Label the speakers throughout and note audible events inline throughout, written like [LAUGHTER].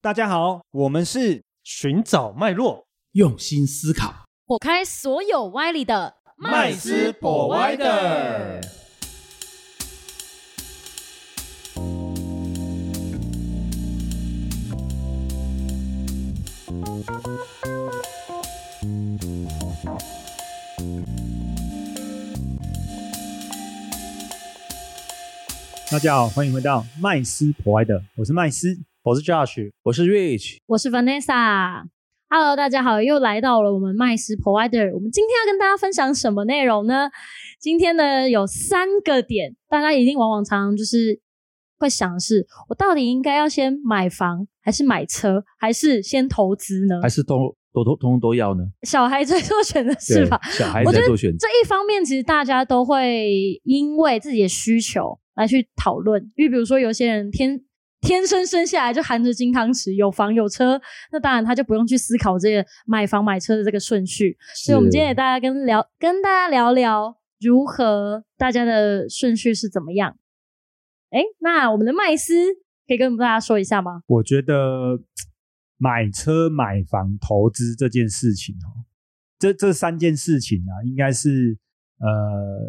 Speaker 1: 大家好，我们是
Speaker 2: 寻找脉络，
Speaker 3: 用心思考。
Speaker 4: 火开所有歪理的
Speaker 2: 麦斯博歪的。
Speaker 1: 大家好，
Speaker 2: [LAUGHS]
Speaker 1: 欢迎回到麦斯 Provider，我是麦斯，
Speaker 2: 我是 Josh，
Speaker 5: 我是 Rich，
Speaker 4: 我是 Vanessa。Hello，大家好，又来到了我们麦斯 Provider。我们今天要跟大家分享什么内容呢？今天呢有三个点，大家一定往往常常就是会想的是，我到底应该要先买房，还是买车，还是先投资呢？
Speaker 5: 还是通都通通都要呢？
Speaker 4: 小孩最做选择是吧？
Speaker 5: 小孩
Speaker 4: 我觉
Speaker 5: 在
Speaker 4: 得
Speaker 5: 做选
Speaker 4: 这，
Speaker 5: 择
Speaker 4: 一方面，其实大家都会因为自己的需求来去讨论，因为比如说有些人天天生生下来就含着金汤匙，有房有车，那当然他就不用去思考这个买房买车的这个顺序。所以，我们今天也大家跟聊跟大家聊聊如何大家的顺序是怎么样。哎，那我们的麦斯可以跟大家说一下吗？
Speaker 1: 我觉得嘖买车、买房、投资这件事情哦，这这三件事情啊，应该是呃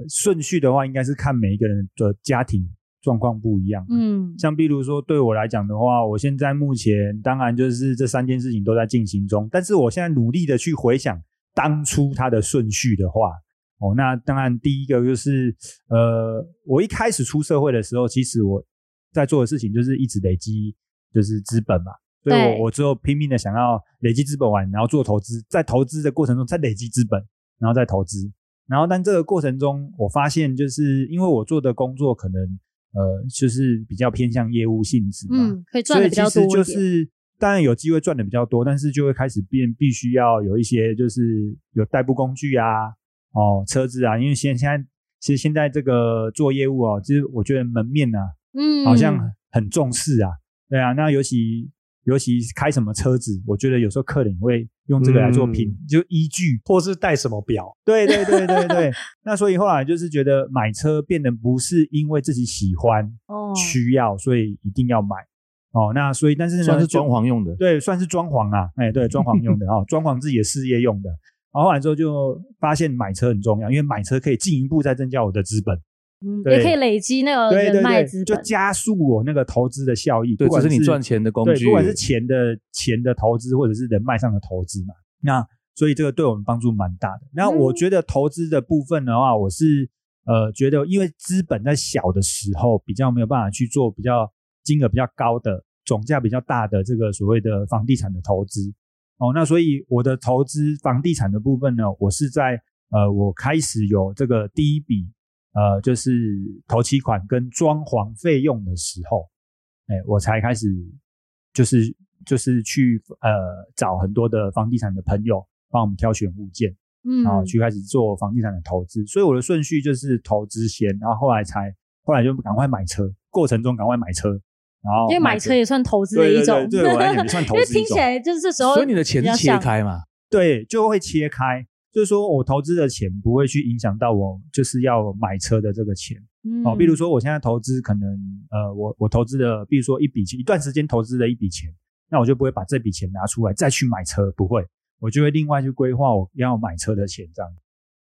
Speaker 1: 顺序的话，应该是看每一个人的家庭状况不一样。，
Speaker 4: 嗯，
Speaker 1: 像比如说对我来讲的话，我现在目前当然就是这三件事情都在进行中，但是我现在努力的去回想当初它的顺序的话，哦，那当然第一个就是呃，我一开始出社会的时候，其实我在做的事情就是一直累积就是资本嘛。所以
Speaker 4: 对
Speaker 1: 我我只有拼命的想要累积资本完，然后做投资，在投资的过程中再累积资本，然后再投资。然后，但这个过程中，我发现就是因为我做的工作可能呃，就是比较偏向业务性质嘛，
Speaker 4: 嗯，可以赚的比较
Speaker 1: 所
Speaker 4: 多
Speaker 1: 以其实就
Speaker 4: 一点。
Speaker 1: 是当然有机会赚的比较多，但是就会开始变必须要有一些就是有代步工具啊，哦车子啊，因为现现在其实现在这个做业务哦，其实我觉得门面啊
Speaker 4: 嗯，
Speaker 1: 好像很重视啊，对啊，那尤其尤其开什么车子，我觉得有时候客人也会用这个来做评、就依据
Speaker 2: 嗯或是戴什么表？
Speaker 1: 对对对对对，那所以后来就是觉得买车变得不是因为自己喜欢
Speaker 4: 哦，
Speaker 1: 需要，所以一定要买哦。那所以但是呢，
Speaker 5: 算是
Speaker 1: 就
Speaker 5: 装潢用的。
Speaker 1: 对，算是装潢啊，哎，对，装潢用的 [LAUGHS] 哦，装潢自己的事业用的。然后后来之后就发现买车很重要，因为买车可以进一步再增加我的资本，
Speaker 4: 嗯
Speaker 1: 对
Speaker 4: 也可以累积那个
Speaker 1: 对对
Speaker 4: 人脉
Speaker 1: 对，
Speaker 4: 资
Speaker 1: 就
Speaker 4: 本。
Speaker 1: 加速我那个投资的效益。
Speaker 5: 对，
Speaker 1: 不管
Speaker 5: 这是你赚钱的工
Speaker 1: 对，
Speaker 5: 具。
Speaker 1: 不管是钱的钱的投资，或者是人脉上的投资嘛。那所以这个对我们帮助蛮大的。那
Speaker 4: 嗯
Speaker 1: 我觉得投资的部分的话，我是呃觉得，因为资本在小的时候比较没有办法去做比较金额比较高的、总价比较大的这个所谓的房地产的投资哦。那所以我的投资房地产的部分呢，我是在呃我开始有这个第一笔呃就是头期款跟装潢费用的时候，哎，我才开始就是就是去呃找很多的房地产的朋友帮我们挑选物件，
Speaker 4: 嗯
Speaker 1: 然后去开始做房地产的投资。所以我的顺序就是投资先，然后后来才后来就赶快买车，过程中赶快买车，然后
Speaker 4: 因为买车也算投资的一种，
Speaker 1: 哦对对对对我
Speaker 4: [LAUGHS]
Speaker 1: 来讲也算投资一种
Speaker 4: 因为听起来就是这时候，
Speaker 5: 所以你的钱
Speaker 4: 比较
Speaker 5: 是切
Speaker 4: 像
Speaker 5: 开嘛？
Speaker 1: 对就会切开。就是说我投资的钱不会去影响到我就是要买车的这个钱哦，
Speaker 4: 嗯
Speaker 1: 比如说我现在投资可能呃我我投资的，比如说一笔钱一段时间投资的一笔钱，那我就不会把这笔钱拿出来再去买车，不会，我就会另外去规划我要买车的钱这样。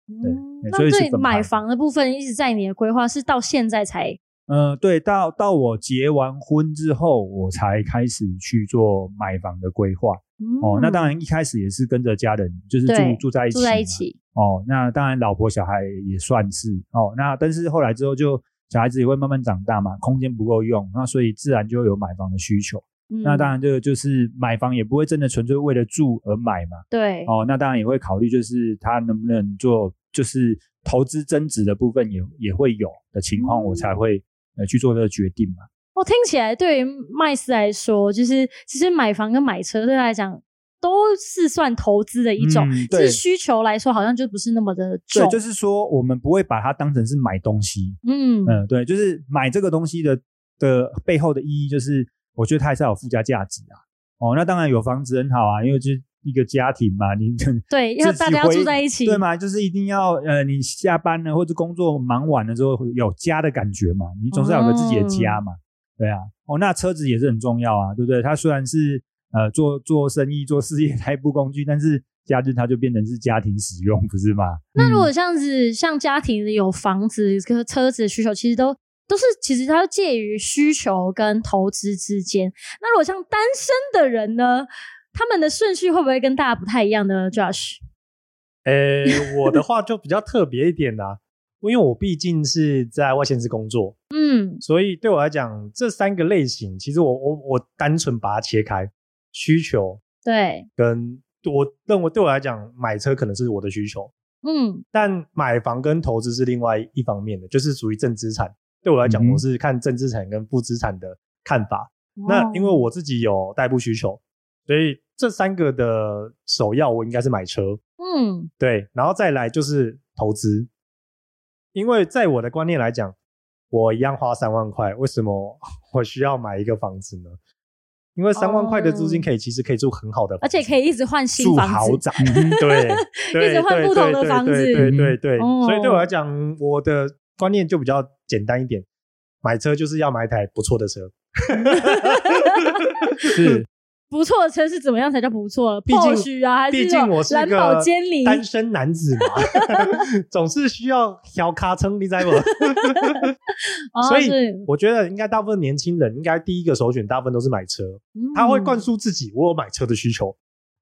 Speaker 4: 嗯
Speaker 1: 对
Speaker 4: 那
Speaker 1: 所以是
Speaker 4: 对
Speaker 1: 分开
Speaker 4: 买
Speaker 1: 的
Speaker 4: 房的部分一直在你的规划，是到现在才
Speaker 1: 呃，对，到到我结完婚之后，我才开始去做买房的规划。哦，那当
Speaker 4: 然
Speaker 1: 然一开始也是跟着家人，就是住
Speaker 4: 对
Speaker 1: 住在一起，
Speaker 4: 嗯住在一。起，
Speaker 1: 哦，那当然老婆小孩也算是哦。那但是后来之后就小孩子也会慢慢长大嘛，空间不够用，那所以自然就有买房的需求。那当
Speaker 4: 然
Speaker 1: 然这个就是买房也不会真的纯粹为了住而买嘛。
Speaker 4: 对，
Speaker 1: 哦，那当然也会考虑，就是它能不能做，就是投资增值的部分也也会有的情况，
Speaker 4: 嗯
Speaker 1: 我才会呃去做这个决定嘛。
Speaker 4: 我哦听起来对于麦斯来说，就是其实买房跟买车对他来讲都是算投资的一种，
Speaker 1: 嗯
Speaker 4: 只
Speaker 1: 对
Speaker 4: 是需求来说好像就不是那么的
Speaker 1: 对
Speaker 4: 重，，
Speaker 1: 就是说我们不会把它当成是买东西，
Speaker 4: 嗯
Speaker 1: 嗯，对，就是买这个东西的的背后的意义，就是我觉得它还是要有附加价值啊。哦，那当然有房子很好啊，因为就是一个家庭嘛，你
Speaker 4: 对，要
Speaker 1: 自己
Speaker 4: 大家要
Speaker 1: 回
Speaker 4: 住在一起，
Speaker 1: 对嘛，就是一定要呃，你下班了或者工作忙完了之后会有家的感觉
Speaker 4: 嗯
Speaker 1: 嘛，你总是要有个自己的家嘛，对啊。哦，那车子也是很重要啊，对不对？它虽然是呃做做生意、做事业代步工具，但是假日它就变成是家庭使用，不是吗？
Speaker 4: 那
Speaker 2: 嗯
Speaker 4: 如果这样子，像家庭有房子跟车子的需求，其实都都是其实它介于需求跟投资之间。那如果像单身的人呢，他们的顺序会不会跟大家不太一样呢？Josh，
Speaker 2: 诶、我的话就比较特别一点啦、因为我毕竟是在外县市工作，
Speaker 4: 嗯，
Speaker 2: 所以对我来讲，这三个类型，其实我我我单纯把它切开，需求
Speaker 4: 对，
Speaker 2: 跟我认为对我来讲，买车可能是我的需求，
Speaker 4: 嗯，
Speaker 2: 但买房跟投资是另外一方面的，就是属于正资产。对我来讲
Speaker 1: 嗯，哼
Speaker 2: 我是看正资产跟负资产的看法。那因为
Speaker 4: 哦
Speaker 2: 我自己有代步需求，所以这三个的首要我应该是买车，
Speaker 4: 嗯
Speaker 2: 对，然后再来就是投资。因为在我的观念来讲，我一样花三万块，为什么我需要买一个房子呢？
Speaker 4: 嗯
Speaker 2: 因为三万块的租
Speaker 1: 哦
Speaker 2: 金可以，其实可以住很好的
Speaker 4: 而
Speaker 2: 房子，
Speaker 4: 且可以一直换新
Speaker 2: 住
Speaker 4: 房
Speaker 2: 豪 [LAUGHS]
Speaker 4: 子，
Speaker 2: 宅，
Speaker 1: 嗯
Speaker 2: 对，对
Speaker 4: 一直换
Speaker 2: 对
Speaker 4: 不同
Speaker 2: 对
Speaker 4: 的
Speaker 2: 对
Speaker 4: 房
Speaker 2: 对
Speaker 4: 子
Speaker 2: 对对
Speaker 1: [LAUGHS]
Speaker 2: 对，
Speaker 4: 哦
Speaker 2: 所以对我来讲，我的观念就比较简单一点，买车就是要买一台不错的车，
Speaker 5: 是
Speaker 4: 不错的车是怎么样才叫不错了？
Speaker 2: 毕竟
Speaker 4: Porsche 啊，还
Speaker 2: 毕
Speaker 4: 是
Speaker 2: 竟
Speaker 4: 有
Speaker 2: 我是
Speaker 4: 蓝宝
Speaker 2: 个
Speaker 4: 坚尼，
Speaker 2: 单身男子嘛， [LAUGHS] 总是需要小卡称，你知道吗？ [LAUGHS]
Speaker 4: 哦
Speaker 2: 所以
Speaker 4: 是
Speaker 2: 我觉得应该大部分年轻人应该第一个首选，大部分都是买车，他
Speaker 4: 嗯
Speaker 2: 会灌输自己，我有买车的需求，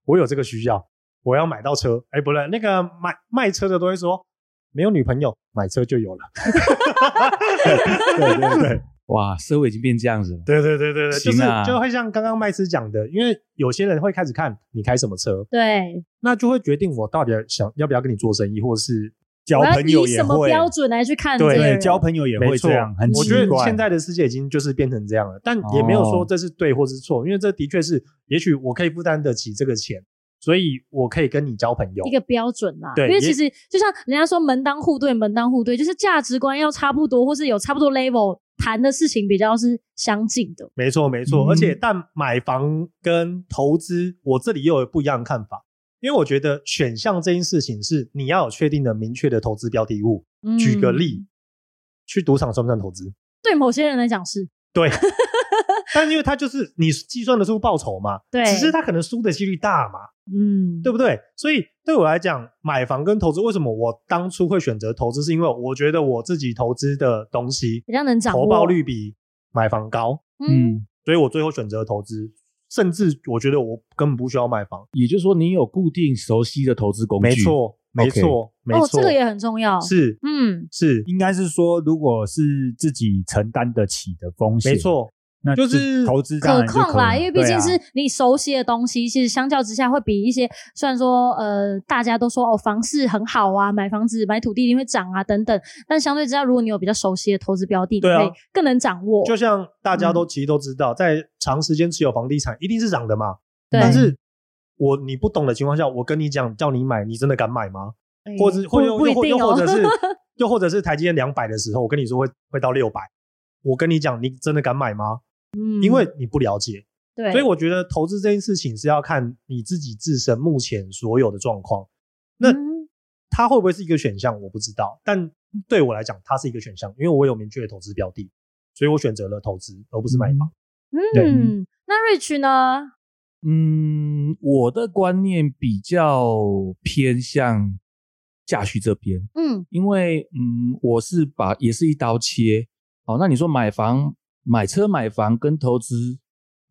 Speaker 2: 我有这个需要，我要买到车。哎，不对，那个买卖车的都会说，没有女朋友，买车就有了。 [LAUGHS] 对对对
Speaker 5: 哇，社会已经变这样子了。
Speaker 2: 对对对对对，就是
Speaker 5: 行啊
Speaker 2: 就会像刚刚麦斯讲的，因为有些人会开始看你开什么车，
Speaker 4: 对，
Speaker 2: 那就会决定我到底想要不要跟你做生意，或是
Speaker 1: 交
Speaker 4: 我要
Speaker 1: 朋友
Speaker 4: 以
Speaker 1: 也
Speaker 4: 什么
Speaker 1: 会，
Speaker 4: 标准来去看这
Speaker 2: 对
Speaker 4: 个
Speaker 1: 对，
Speaker 4: 人？
Speaker 1: 交朋友也会这样，很
Speaker 2: 我
Speaker 1: 奇
Speaker 2: 觉得
Speaker 1: 怪。
Speaker 2: 现在的世界已经就是变成这样了，但也没有说这是对或是错，因为这的确是，也许我可以负担得起这个钱，所以我可以跟你交朋友
Speaker 4: 一。个标准啦。
Speaker 2: 对
Speaker 4: 因为其
Speaker 2: 也
Speaker 4: 实就像人家说门当户对，门当户对就是价值观要差不多，或是有差不多 level 谈的事情比较是相近的。
Speaker 2: 没错，没错。
Speaker 1: 嗯
Speaker 2: 而且，但买房跟投资，我这里又有不一样的看法，因为我觉得选项这件事情是你要有确定的、明确的投资标的物。
Speaker 4: 嗯
Speaker 2: 举个，例，去赌场算不算投资？
Speaker 4: 对某些人来讲是 [LAUGHS]
Speaker 2: 对，但因为它就是你计算得出报酬嘛，
Speaker 4: 对
Speaker 2: 只是它可能输的几率大嘛。
Speaker 4: 嗯，
Speaker 2: 对不对？所以对我来讲，买房跟投资，为什么我当初会选择投资？是因为我觉得我自己投资的东西
Speaker 4: 比较能掌握
Speaker 2: 投报率比买房高，
Speaker 4: 嗯，
Speaker 2: 所以我最后选择投资。甚至我觉得我根本不需要买房。
Speaker 5: 也就是说，你有固定熟悉的投资工具，
Speaker 2: 没，错，没错，没
Speaker 4: 哦，
Speaker 2: 错，
Speaker 4: 这个也很重要。
Speaker 2: 是
Speaker 4: 嗯，
Speaker 2: 是
Speaker 1: 应该是说，如果是自己承担得起的风险，
Speaker 2: 没，错，
Speaker 1: 那
Speaker 2: 就
Speaker 1: 自
Speaker 2: 是
Speaker 1: 投资当
Speaker 4: 可
Speaker 1: 然就
Speaker 4: 控啦，因为毕
Speaker 1: 对
Speaker 4: 竟
Speaker 1: 啊
Speaker 4: 是你熟悉的东西，其实相较之下会比一些虽然说呃大家都说哦房市很好啊，买房子买土地一定会涨啊等等，但相对之下，如果你有比较熟悉的投资标的，你
Speaker 2: 对啊
Speaker 4: 可以更能掌握。
Speaker 2: 就像大
Speaker 4: 嗯
Speaker 2: 家都其实都知道，在长时间持有房地产一定是涨的嘛。
Speaker 4: 对
Speaker 2: 但是我你不懂的情况下，我跟你讲叫你买，你真的敢买吗？
Speaker 4: 哎
Speaker 2: 或者或
Speaker 4: 不
Speaker 2: 又
Speaker 4: 不一
Speaker 2: 又或
Speaker 4: 定
Speaker 2: 又
Speaker 4: 哦
Speaker 2: 或者
Speaker 4: [LAUGHS]
Speaker 2: 是又或者是台积电两百的时候，我跟你说会会到六百，我跟你讲，你真的敢买吗？
Speaker 4: 嗯
Speaker 2: 因为你不了解，
Speaker 4: 对，
Speaker 2: 所以我觉得投资这件事情是要看你自己自身目前所有的状况，那
Speaker 4: 嗯
Speaker 2: 它会不会是一个选项，我不知道，但对我来讲，它是一个选项，因为我有明确的投资标的，所以我选择了投资，而不是买房。对
Speaker 4: 嗯，那 Rich 呢？
Speaker 5: 嗯，我的观念比较偏向嫁婿这边，
Speaker 4: 嗯
Speaker 5: 因为嗯，我是把也是一刀切。好，那你说买房、买车、买房跟投资，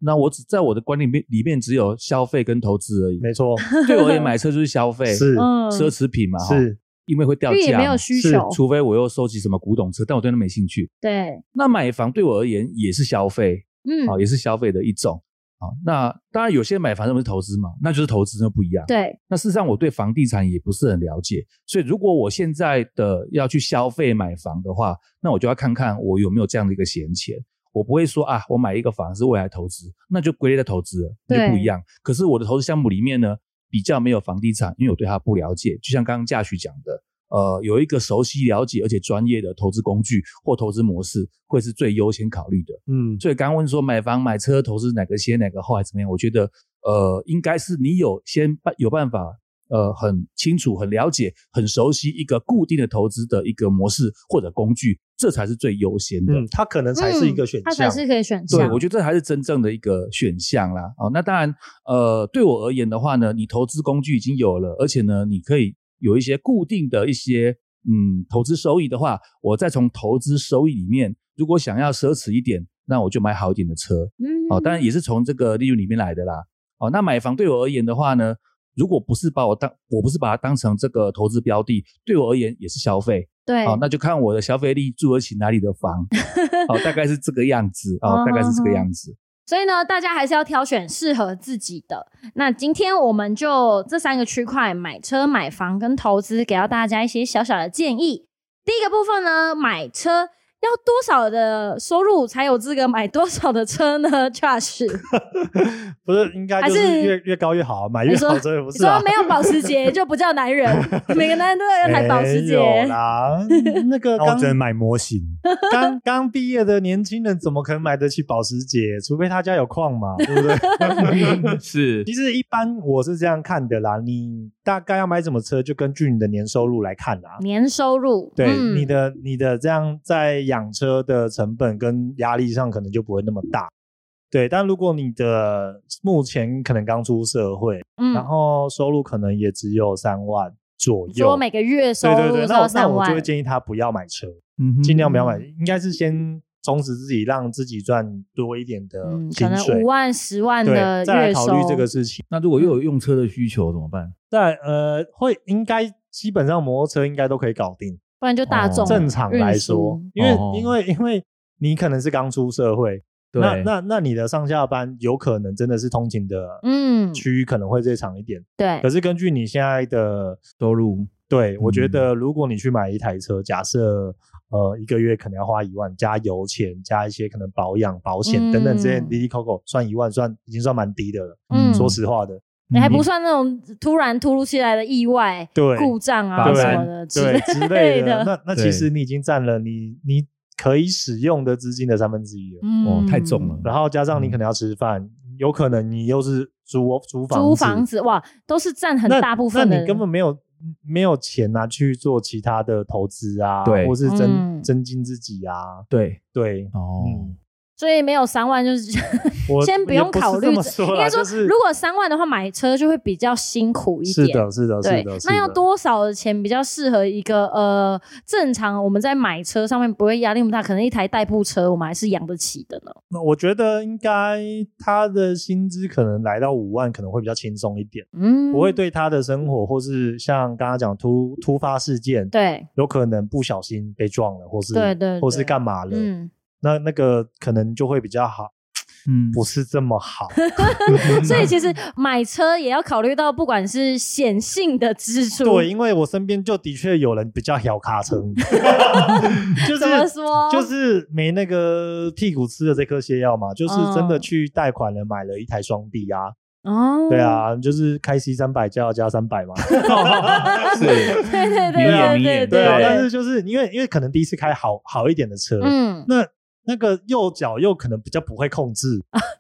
Speaker 5: 那我只在我的观念里面里面只有消费跟投资而已。
Speaker 2: 没错，
Speaker 5: [LAUGHS] 对我而言，买车就是消费，
Speaker 2: 是
Speaker 4: 嗯，
Speaker 5: 奢侈品嘛，哈
Speaker 2: 是，
Speaker 5: 因为会掉
Speaker 4: 因为也
Speaker 5: 价
Speaker 4: 没
Speaker 5: 嘛
Speaker 4: 有，需
Speaker 2: 是
Speaker 4: 求，
Speaker 5: 除非我又收集什么古董车，但我对那没兴趣。
Speaker 4: 对，
Speaker 5: 那买房对我而言也是消费，
Speaker 4: 嗯
Speaker 5: 啊、，也是消费的一种。啊、那当然有些人买房认为是投资嘛，那就是投资，那不一样。
Speaker 4: 对，
Speaker 5: 那事实上我对房地产也不是很了解，所以如果我现在的要去消费买房的话，那我就要看看我有没有这样的一个闲钱。我不会说啊，我买一个房是未来投资，那就归类在投资了，那就不
Speaker 4: 对
Speaker 5: 一样。可是我的投资项目里面呢，比较没有房地产，因为我对它不了解。就像刚刚嘉许讲的，呃，有一个熟悉、了解而且专业的投资工具或投资模式，会是最优先考虑的。
Speaker 2: 嗯，
Speaker 5: 所以刚刚问说买房、买车、投资哪个先、哪个后，还是怎么样？我觉得呃，应该是你有先办有办法呃很清楚、很了解、很熟悉一个固定的投资的一个模式或者工具，这才是最优先的。
Speaker 2: 嗯，它可能才是一个选
Speaker 4: 它才
Speaker 2: 项。
Speaker 4: 是啊可以选
Speaker 5: 对，
Speaker 4: 项。
Speaker 5: 我觉得这还是真正的一个选项啦。哦，那当然，呃，对我而言的话呢，你投资工具已经有了，而且呢，你可以有一些固定的一些嗯投资收益的话，我再从投资收益里面，如果想要奢侈一点，那我就买好一点的车。
Speaker 4: 嗯
Speaker 5: 哦，当然也是从这个利润里面来的啦。哦，那买房对我而言的话呢，如果不是把我当我不是把它当成这个投资标的，对我而言也是消费。
Speaker 4: 对，
Speaker 5: 哦，那就看我的消费力住得起哪里的
Speaker 4: [LAUGHS]
Speaker 5: 房。哦，大概是这个样子。哦，大概是这个样子。
Speaker 4: 所以呢，大家还是要挑选适合自己的。那今天我们就这三个区块，买车、买房跟投资，给到大家一些小小的建议。第一个部分呢，买车要多少的收入才有资格买多少的车呢 c h a s
Speaker 2: 不是应该就
Speaker 4: 还是
Speaker 2: 是越越高越好，啊买
Speaker 4: 你
Speaker 2: 越
Speaker 4: 说
Speaker 2: 好，真的不
Speaker 4: 你
Speaker 2: 是啊
Speaker 4: 说？没有保时捷就不叫男人，
Speaker 2: [LAUGHS]
Speaker 4: 每个男人都要有台保时捷。
Speaker 2: 没有
Speaker 4: [LAUGHS]
Speaker 2: 啦，那个
Speaker 1: 那我
Speaker 2: 刚
Speaker 1: 只能买模型。
Speaker 2: [LAUGHS] 刚刚毕业的年轻人怎么可能买得起保时捷？除非他家有矿 [LAUGHS] 嘛，对不
Speaker 4: 哦
Speaker 2: [LAUGHS] 对？
Speaker 5: 是
Speaker 2: 其实一般我是这样看的啦，你大概要买什么车，就根据你的年收入来看啦。
Speaker 4: 年收入，
Speaker 2: 对、
Speaker 4: 嗯
Speaker 2: 你的你的这样在养车的成本跟压力上可能就不会那么大，对。但如果你的目前可能刚出社会，
Speaker 4: 嗯
Speaker 2: 然后收入可能也只有三万左
Speaker 4: 如
Speaker 2: 右
Speaker 4: 果，每个月收
Speaker 2: 对对
Speaker 4: 入
Speaker 2: 对，
Speaker 4: 是
Speaker 2: 那
Speaker 4: 要
Speaker 2: 我那
Speaker 4: 三
Speaker 2: 我
Speaker 4: 万
Speaker 2: 就会，建议他不要买车，
Speaker 5: 嗯哼
Speaker 2: 尽量不要买，应该是先充实自己，让自己赚多一点的
Speaker 4: 嗯，可
Speaker 2: 呃薪
Speaker 4: 能
Speaker 2: 水，
Speaker 4: 五万、十万
Speaker 2: 对，
Speaker 4: 的
Speaker 2: 再来
Speaker 4: 月
Speaker 2: 考
Speaker 4: 收。
Speaker 2: 虑这个事情。
Speaker 5: 那如果又有用车的需求怎么办？
Speaker 2: 但呃，会应该基本上摩托车应该都可以搞定。
Speaker 4: 不然就大众、
Speaker 5: 哦
Speaker 2: 正常来
Speaker 4: 运
Speaker 2: 说
Speaker 4: 输，
Speaker 2: 因为、
Speaker 5: 哦
Speaker 2: 因为因为你可能是刚出社会，
Speaker 5: 对，
Speaker 2: 那那那你的上下班有可能真的是通勤的
Speaker 4: 嗯，
Speaker 2: 区域可能会最长一点。
Speaker 4: 对
Speaker 2: 可，是根据你现在的，
Speaker 5: 收入
Speaker 2: 对我觉
Speaker 5: 嗯
Speaker 2: 得如果你去买一台车，假设呃一个月可能要花一万，加油钱，加一些可能保养、保险等等这些
Speaker 4: 嗯
Speaker 2: 滴滴扣扣，算一万算已经算蛮低的了。
Speaker 4: 嗯
Speaker 2: 说实话的，
Speaker 4: 你还不算那种突然突如其来的意外、
Speaker 2: 对，
Speaker 4: 故障啊
Speaker 5: 对
Speaker 4: 什么的之
Speaker 2: 对
Speaker 4: 类
Speaker 2: 之类的。
Speaker 4: 的
Speaker 2: 那那
Speaker 5: 对
Speaker 2: 其实你已经占了你你可以使用的资金的三分之一了，
Speaker 4: 嗯
Speaker 5: 哦太重了。
Speaker 2: 然后加上你可能要吃饭，有可能你又是租租房
Speaker 4: 租
Speaker 2: 子
Speaker 4: 房子哇，都是占很
Speaker 2: 那
Speaker 4: 大部分
Speaker 2: 那
Speaker 4: 的。
Speaker 2: 你根本没有没有钱拿、去做其他的投资啊，
Speaker 5: 对
Speaker 2: 或是增、
Speaker 4: 嗯
Speaker 2: 增进自己啊，
Speaker 5: 对
Speaker 2: 对。
Speaker 5: 哦，
Speaker 2: 嗯
Speaker 4: 所以没有三万就是
Speaker 2: 我
Speaker 4: [LAUGHS] 先不
Speaker 2: 也
Speaker 4: 用
Speaker 2: 是
Speaker 4: 考
Speaker 2: 这
Speaker 4: 虑
Speaker 2: 么
Speaker 4: 这，
Speaker 2: 说
Speaker 4: [LAUGHS] 应
Speaker 2: 啦
Speaker 4: 该说
Speaker 2: 就是
Speaker 4: 如果三万的话买车就会比较辛苦一
Speaker 2: 是
Speaker 4: 点。
Speaker 2: 的，是的，
Speaker 4: 对
Speaker 2: 是的，，是
Speaker 4: 那要
Speaker 2: 的
Speaker 4: 多少的钱比较适合一个呃正常？我们在买车上面不会压力那么大，可能一台代步车我们还是养得起的呢。
Speaker 2: 那我觉得应该他的薪资可能来到五万，可能会比较轻松一点。
Speaker 4: 嗯，
Speaker 2: 不会对他的生活，或是像刚刚讲突突发事件，
Speaker 4: 对
Speaker 2: 有可能不小心被撞了，或是
Speaker 4: 对对
Speaker 2: 或是
Speaker 4: 对
Speaker 2: 干嘛了，
Speaker 4: 嗯，
Speaker 2: 那那个可能就会比较好，
Speaker 5: 嗯
Speaker 2: 不是这么好。
Speaker 4: 所以
Speaker 2: [LAUGHS]
Speaker 4: 其实买车也要考虑到，不管是显性的支出，
Speaker 2: 对，因为我身边就的确有人比较小卡
Speaker 4: [LAUGHS]
Speaker 2: 车，就
Speaker 4: 怎么
Speaker 2: 是。
Speaker 4: 说？
Speaker 2: 就是没那个屁股吃的这颗泻药嘛，就是真的
Speaker 4: 嗯
Speaker 2: 去贷款了，买了一台双臂啊，
Speaker 4: 哦，
Speaker 2: 对，啊，就是开 C 三百加要加三百嘛，
Speaker 5: 是
Speaker 4: [LAUGHS] 对对对
Speaker 5: 明眼
Speaker 4: 对
Speaker 5: 明
Speaker 4: 对
Speaker 5: 眼
Speaker 2: 对啊，
Speaker 5: 对
Speaker 2: 但是就是因为因为可能第一次开好好一点的车，
Speaker 4: 嗯，
Speaker 2: 那那个右脚又可能比较不会控制，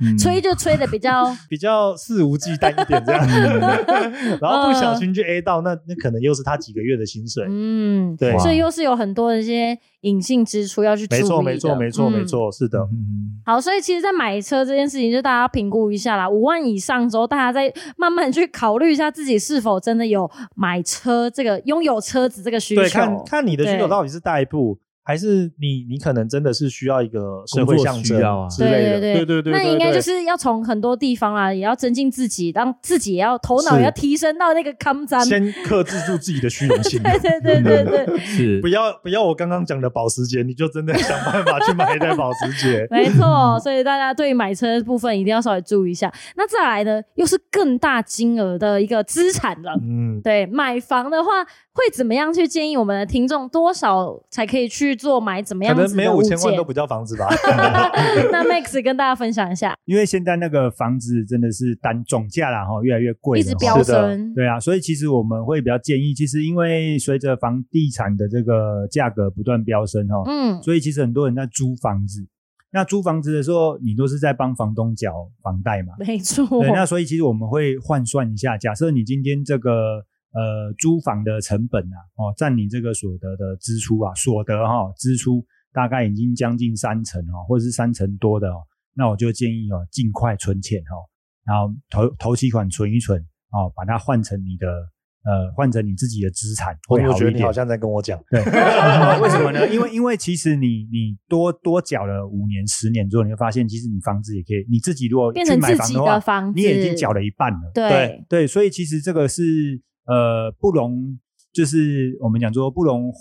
Speaker 5: 嗯
Speaker 4: 吹就吹的比较
Speaker 2: 比较肆无忌惮一点这样，
Speaker 4: 嗯
Speaker 2: [LAUGHS] 然后不小心就 A 到，那那可能又是他几个月的薪水。
Speaker 4: 嗯，
Speaker 2: [LAUGHS] 对，
Speaker 5: 哇
Speaker 4: 所以又是有很多的一些隐性支出要去注意
Speaker 2: 没
Speaker 4: 的
Speaker 2: 错，没错，没错，没。
Speaker 4: 嗯
Speaker 2: 错，是的。
Speaker 5: 嗯
Speaker 4: 好，所以其实，在买车这件事情，就大家要评估一下啦。五万以上之后，大家再慢慢去考虑一下自己是否真的有买车这个拥有车子这个需求。
Speaker 2: 对，看看你的需
Speaker 4: 对
Speaker 2: 求到底是代步，还是你你可能真的是需要一个社会
Speaker 5: 工作
Speaker 2: 象
Speaker 5: 需要啊
Speaker 2: 征之类的。
Speaker 4: 对
Speaker 2: 对对对，
Speaker 4: 那应该
Speaker 2: 对
Speaker 4: 就是要从很多地方啊啦，也要增进自己，让自己也要头脑也要
Speaker 2: 是
Speaker 4: 提升到那个康赞。
Speaker 2: 先克制住自己的虚荣心。啊
Speaker 4: [LAUGHS] 对 [LAUGHS] 对对对对，。
Speaker 2: [LAUGHS]
Speaker 5: 是
Speaker 2: 不要不要，我刚刚讲的保时捷，你就真的想办法去买一台保时捷
Speaker 4: [LAUGHS] 没错。所以大家对买车的部分一定要稍微注意一下。那再来呢，又是更大金额的一个资产了。
Speaker 2: 嗯，
Speaker 4: 对，买房的话会怎么样去建议我们的听众多少才可以去做买怎
Speaker 2: 嗯
Speaker 4: 么
Speaker 2: 可
Speaker 4: 样
Speaker 2: 能
Speaker 4: 子
Speaker 2: 没有
Speaker 4: 的
Speaker 2: 五
Speaker 4: 物
Speaker 2: 千
Speaker 4: 件？
Speaker 2: 万都
Speaker 4: [LAUGHS]
Speaker 2: 不叫房子吧。 [LAUGHS]
Speaker 4: 那 Max 跟大家分享一下，
Speaker 1: 因为现在那个房子真的是单总价啦，哈，越来越贵
Speaker 4: 一
Speaker 1: 了
Speaker 4: 直
Speaker 1: 吼
Speaker 4: 飙
Speaker 2: 是的
Speaker 4: 升，
Speaker 1: 对啊，所以其实我们会比较建议，其实因为随着房地产的这个价格不断飙升哈、
Speaker 4: 嗯，
Speaker 1: 所以其实很多人在租房子。那租房子的时候，你都是在帮房东缴房贷嘛？
Speaker 4: 没错，
Speaker 1: 对，那所以其实我们会换算一下，假设你今天这个
Speaker 2: 呃租房的成本啊，哦，占你这个所得的支出啊，所得哈、支出大概已经将近三成哦，或者是三成多的哦，那我就建议哦，尽快存钱哦，然后头头期款存一存哦，把它换成你的呃换成你自己的资产
Speaker 1: 我
Speaker 2: 会
Speaker 1: 哦我
Speaker 2: 好
Speaker 1: 觉得
Speaker 2: 一
Speaker 1: 你
Speaker 2: 点
Speaker 1: 好。像在跟我讲，
Speaker 2: 对， [LAUGHS] 为什么呢？因为因为其实你你多多缴了五年、十年之后，你会发现，其实你房子也可以，你自己如果
Speaker 4: 变
Speaker 2: 去
Speaker 4: 成
Speaker 2: 买
Speaker 4: 自
Speaker 2: 房
Speaker 4: 己
Speaker 2: 的话
Speaker 4: 的，房子，
Speaker 2: 你也已经缴了一半了。
Speaker 4: 对
Speaker 2: 对对，所以其实这个是呃不容，就是我们讲说不容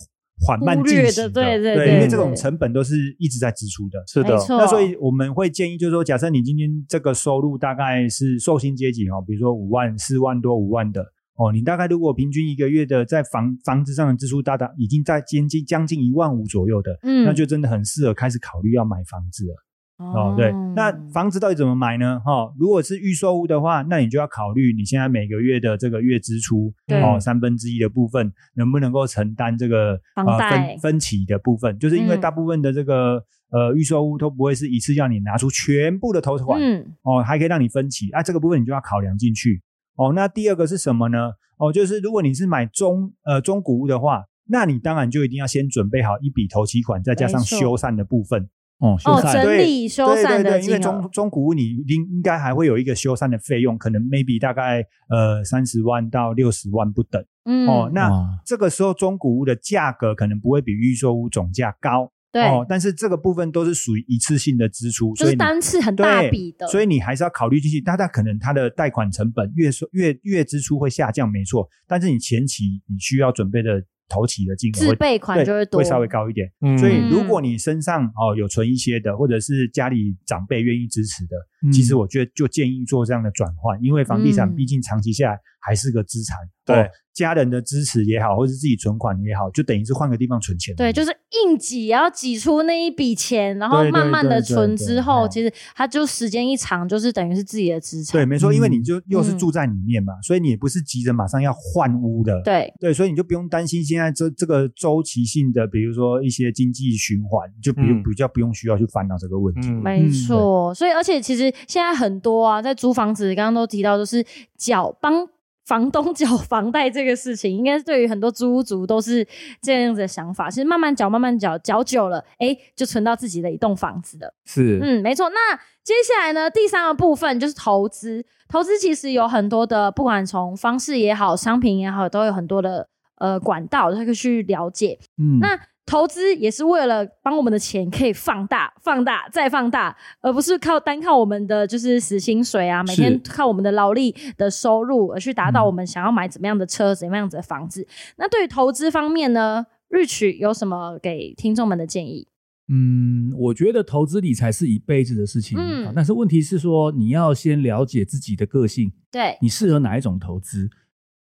Speaker 2: 缓慢
Speaker 4: 忽
Speaker 2: 进
Speaker 4: 略
Speaker 2: 行
Speaker 4: 的对对
Speaker 2: 对
Speaker 4: 对
Speaker 2: 因为这种
Speaker 4: 对
Speaker 2: 成本都是一直在支出的。
Speaker 1: 是
Speaker 4: 没错，
Speaker 2: 那所以我们会建议，就是说，假设你今天这个收入大概是受薪阶级哦，比如说五万、四万多、五万的哦，你大概如果平均一个月的在房房子上的支出大大已经在接近将近一万五左右的，
Speaker 4: 嗯
Speaker 2: 那就真的很适合开始考虑要买房子了。哦，对，那房子到底怎么买呢？哈、如果是预售屋的话，那你就要考虑你现在每个月的这个月支出，
Speaker 4: 对
Speaker 2: 哦，三分之一的部分能不能够承担这个呃
Speaker 4: 房贷
Speaker 2: 分分期的部分，就是因为
Speaker 4: 嗯
Speaker 2: 大部分的这个、呃预售屋都不会是一次要你拿出全部的头款，
Speaker 4: 嗯
Speaker 2: 哦，还可以让你分期啊，这个部分你就要考量进去。哦，那第二个是什么呢？哦，就是如果你是买中呃中古屋的话，那你当然就一定要先准备好一笔头期款，再加上
Speaker 4: 没错
Speaker 2: 修缮的部分。
Speaker 5: 哦，修
Speaker 4: 哦，
Speaker 5: 缮
Speaker 4: 整理修
Speaker 2: 对
Speaker 4: 缮
Speaker 2: 对
Speaker 4: 的
Speaker 2: 对，因
Speaker 4: 金
Speaker 2: 为
Speaker 4: 额
Speaker 2: 中，中古屋你应应该还会有一个修缮的费用，可能 maybe 大概呃三十万到六十万不等、
Speaker 4: 嗯
Speaker 2: 哦。那
Speaker 5: 哇
Speaker 2: 这个时候中古屋的价格可能不会比预售屋总价高
Speaker 4: 对，
Speaker 2: 哦，但是这个部分都是属于一次性的支出，
Speaker 4: 就
Speaker 2: 所以
Speaker 4: 是
Speaker 2: 你
Speaker 4: 单次很大
Speaker 2: 对
Speaker 4: 笔的，
Speaker 2: 所以你还是要考虑进去。它它可能它的贷款成本月收月月支出会下降，没错，但是你前期你需要准备的头期的金额
Speaker 4: 自
Speaker 2: 会
Speaker 4: 备款
Speaker 2: 对
Speaker 4: 就会多，
Speaker 2: 会稍微高一点。
Speaker 1: 嗯
Speaker 2: 所以，如果你身上哦有存一些的，或者是家里长辈愿意支持的，
Speaker 5: 嗯
Speaker 2: 其实我觉得就建议做这样的转换，因为房地产
Speaker 4: 嗯
Speaker 2: 毕竟长期下来还是个资产，
Speaker 1: 对
Speaker 2: 哦家人的支持也好，或者是自己存款也好，就等于是换个地方存钱。
Speaker 4: 对，就是硬挤，然后挤出那一笔钱，然后
Speaker 2: 对对
Speaker 4: 慢慢的
Speaker 2: 对对
Speaker 4: 存
Speaker 2: 对
Speaker 4: 之后，
Speaker 2: 嗯
Speaker 4: 其实它就时间一长，就是等于是自己的资产
Speaker 2: 对，。没错，
Speaker 5: 嗯
Speaker 2: 因为你就又是
Speaker 4: 嗯
Speaker 2: 住在里面嘛，所以你也不是急着马上要换屋的。
Speaker 4: 对，
Speaker 2: 对，所以你就不用担心现在这这个周期性的，比如说一些经济循环，就比
Speaker 1: 嗯
Speaker 2: 比较不用需要去烦恼这个问题。
Speaker 1: 嗯
Speaker 4: 没错。所以，而且其实现在很多啊，在租房子，刚刚都提到，就是缴帮房东缴房贷这个事情，应该是对于很多租屋族都是这样子的想法。其实慢慢缴，慢慢缴，缴久了，哎，就存到自己的一栋房子了。
Speaker 5: 是
Speaker 4: 嗯，没错。那接下来呢，第三个部分就是投资。投资其实有很多的，不管从方式也好，商品也好，都有很多的呃管道，它可以去了解。
Speaker 5: 嗯
Speaker 4: 那投资也是为了帮我们的钱可以放大、放大再放大，而不是靠单靠我们的就是死薪水啊，每
Speaker 5: 是
Speaker 4: 天靠我们的劳力的收入而去达到
Speaker 5: 嗯
Speaker 4: 我们想要买怎么样的车、怎么样子的房子。那对于投资方面呢，日取有什么给听众们的建议？
Speaker 5: 嗯，我觉得投资理财是一辈子的事情，
Speaker 4: 嗯
Speaker 5: 好但是问题是说，你要先了解自己的个性，
Speaker 4: 对，
Speaker 5: 你适合哪一种投资，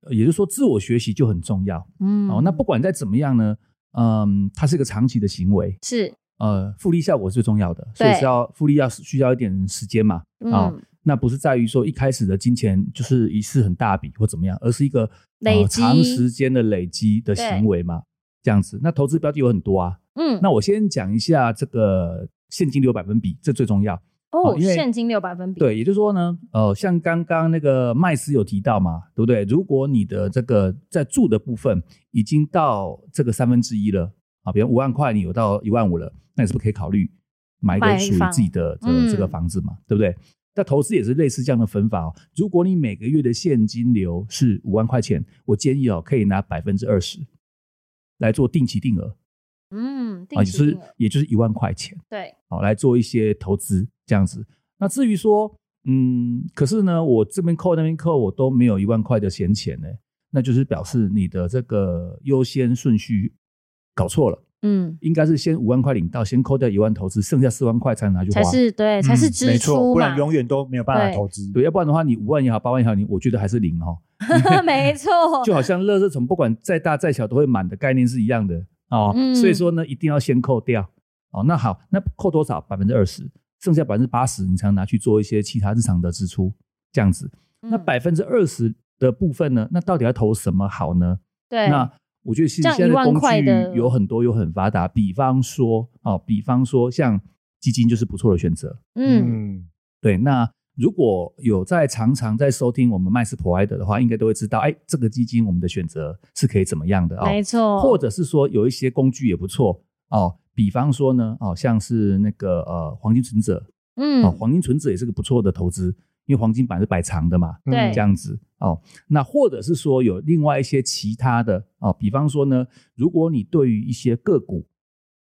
Speaker 5: 呃也就是说，自我学习就很重要。
Speaker 4: 嗯
Speaker 5: 哦，那不管再怎么样呢，嗯，它是一个长期的行为，
Speaker 4: 是，
Speaker 5: 呃，复利效果是最重要的，所以
Speaker 4: 对
Speaker 5: 是要复利要需要一点时间嘛，
Speaker 4: 嗯。
Speaker 5: 哦那不是在于说一开始的金钱就是一次很大笔或怎么样，而是一个
Speaker 4: 累
Speaker 5: 呃、
Speaker 4: 积
Speaker 5: 长时间的累积的行为嘛，这样子。那投资标的有很多啊，
Speaker 4: 嗯，
Speaker 5: 那我先讲一下这个现金流百分比，这最重要。
Speaker 4: 哦，
Speaker 5: 哦因为
Speaker 4: 现金流百分比，，
Speaker 5: 对，也就是说呢，呃，像刚刚那个麦斯有提到嘛，对不对？如果你的这个在住的部分已经到这个三分之一了啊，比如五万块，你有到一万五了，那你是不是可以考虑买一
Speaker 4: 买
Speaker 5: 个属于
Speaker 4: 房
Speaker 5: 自己的这
Speaker 4: 嗯
Speaker 5: 个这个房子嘛？对不对？那投资也是类似这样的分法哦。如果你每个月的现金流是五万块钱，我建议哦，可以拿百分之二十来做定期定额
Speaker 4: 嗯，定
Speaker 5: 啊，也
Speaker 4: 期
Speaker 5: 就是
Speaker 4: 定额，
Speaker 5: 也就是一万块钱。
Speaker 4: 对，
Speaker 5: 好、哦来做一些投资这样子。那至于说，嗯，可是呢，我这边扣那边扣，我都没有一万块的闲钱呢，那就是表示你的这个优先顺序搞错了，
Speaker 4: 嗯，
Speaker 5: 应该是先五万块领到，先扣掉一万投资，剩下四万块才能拿去
Speaker 4: 才
Speaker 5: 花。
Speaker 4: 是对，才
Speaker 2: 嗯
Speaker 4: 是支
Speaker 2: 没错，
Speaker 4: 出
Speaker 2: 不
Speaker 4: 嘛
Speaker 2: 然，永远都没有办法
Speaker 4: 对
Speaker 2: 投资。
Speaker 5: 对，要不然的话，你五万也好，八万也好，你我觉得还是零哦。
Speaker 4: [LAUGHS] 没错，
Speaker 5: 就好像垃圾桶不管再大再小都会满的概念是一样的哦。
Speaker 4: 嗯
Speaker 5: 所以说呢，一定要先扣掉哦。那好，那扣多少？百分之二十，剩下百分之八十，你才能拿去做一些其他日常的支出，这样子。那
Speaker 4: 嗯
Speaker 5: 百分之二十的部分呢？那到底要投什么好呢？
Speaker 4: 对，
Speaker 5: 那我觉得现
Speaker 4: 这样
Speaker 5: 在现
Speaker 4: 1
Speaker 5: 在的
Speaker 4: 万
Speaker 5: 工
Speaker 4: 块的
Speaker 5: 具有很多，有很发达。比方说哦，比方说像基金就是不错的选择。
Speaker 4: 嗯，
Speaker 1: 嗯
Speaker 5: 对，那如果有在常常在收听我们麦斯 Provider 的话，应该都会知道，哎，这个基金我们的选择是可以怎么样的哦，
Speaker 4: 没错，
Speaker 5: 或者是说有一些工具也不错哦，比方说呢，哦，像是那个呃黄金存折
Speaker 4: 嗯
Speaker 5: 哦，，黄金存折也是个不错的投资，因为黄金板是摆长的嘛，
Speaker 4: 嗯对
Speaker 5: 这样子哦。那或者是说有另外一些其他的哦，比方说呢，如果你对于一些个股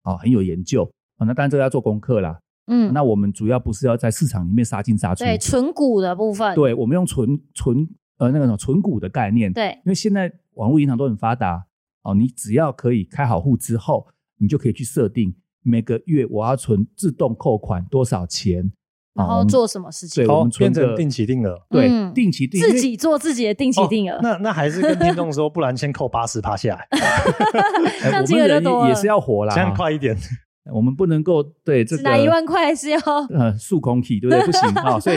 Speaker 5: 哦很有研究哦，那当然这个要做功课啦。
Speaker 4: 嗯，
Speaker 5: 那我们主要不是要在市场里面杀进杀出，
Speaker 4: 对纯股的部分，
Speaker 5: 对我们用存存呃那个什么存股的概念，
Speaker 4: 对，
Speaker 5: 因为现在网络银行都很发达哦，你只要可以开好户之后，你就可以去设定每个月我要存自动扣款多少钱，
Speaker 4: 然
Speaker 5: 哦我
Speaker 4: 后
Speaker 5: 们
Speaker 4: 做什么事情
Speaker 5: 对，
Speaker 2: 哦
Speaker 5: 我们存
Speaker 2: 变成
Speaker 5: 个
Speaker 2: 定期定额，
Speaker 5: 对、哦
Speaker 4: 嗯
Speaker 5: 定期定
Speaker 4: 自
Speaker 5: 因为
Speaker 4: 己做自己的定期定 [LAUGHS] 额，
Speaker 2: 哦那那还是跟听众
Speaker 4: [LAUGHS]
Speaker 2: 说，不然先扣八十趴下来，
Speaker 4: 这样
Speaker 5: 呃哎我
Speaker 4: 金额
Speaker 5: 们
Speaker 4: 就
Speaker 5: 人
Speaker 4: 多
Speaker 5: 也
Speaker 4: 了
Speaker 5: 也。是要活啦，
Speaker 2: 这样快一点。
Speaker 5: 我们不能够对这
Speaker 4: 只
Speaker 5: 个
Speaker 4: 拿一万块是要
Speaker 5: 呃数空体，对不对？
Speaker 4: [LAUGHS]
Speaker 5: 不行啊、哦所以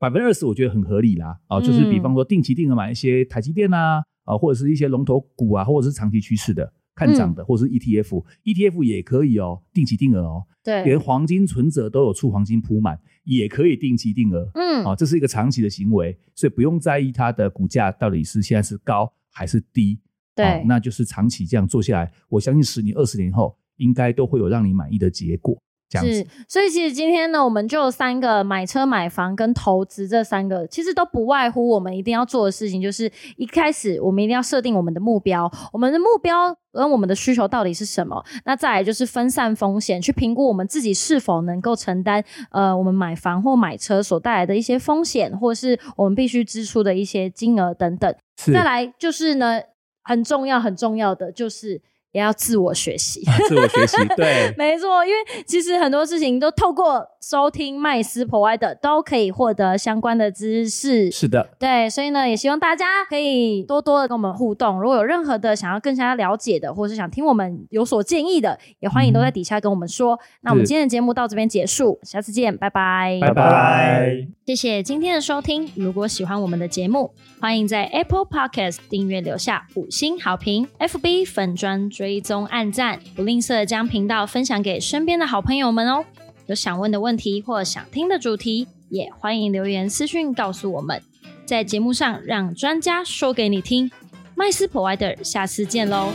Speaker 5: 百分之二十我觉得很合理啦。啊、就是
Speaker 4: 嗯
Speaker 5: 比方说定期定额买一些台积电啊，啊、或者是一些龙头股啊，或者是长期趋势的看涨
Speaker 4: 嗯
Speaker 5: 的，或者是 E ETF，ETF、ETF 也可以哦，定期定额哦，连
Speaker 4: 对，
Speaker 5: 黄金存折都有促黄金铺满，也可以定期定额。
Speaker 4: 嗯
Speaker 5: 啊、，这是一个长期的行为，所以不用在意它的股价到底是现在是高还是低。哦
Speaker 4: 对，
Speaker 5: 那就是长期这样做下来，我相信十年、二十年后，应该都会有让你满意的结果。这样子
Speaker 4: 是，，所以其实今天呢，我们就有三个买车、买房跟投资这三个，其实都不外乎我们一定要做的事情，就是一开始我们一定要设定我们的目标，我们的目标跟我们的需求到底是什么。那再来就是分散风险，去评估我们自己是否能够承担呃我们买房或买车所带来的一些风险，或是我们必须支出的一些金额等等。
Speaker 5: 是
Speaker 4: 再来就是呢，很重要很重要的就是也要自我学习。
Speaker 5: [LAUGHS] 自我学习，
Speaker 4: [LAUGHS]
Speaker 5: 对，
Speaker 4: 没错，因为其实很多事情都透过收听麦斯 Provider 都可以获得相关的知识。
Speaker 5: 是的，
Speaker 4: 对，所以呢，也希望大家可以多多的跟我们互动。如果有任何的想要更加了解的，或是想听我们有所建议的，也欢迎都在底下跟我们说。那我们今天的节目到这边结束，下次见，拜拜。
Speaker 5: 拜拜。
Speaker 4: 谢谢今天的收听。如果喜欢我们的节目，欢迎在 Apple Podcast 订阅留下五星好评，FB 粉砖追踪按赞，不吝啬将频道分享给身边的好朋友们哦。有想问的问题或想听的主题，也欢迎留言私讯告诉我们，在节目上让专家说给你听。麦斯 Provider，下次见喽，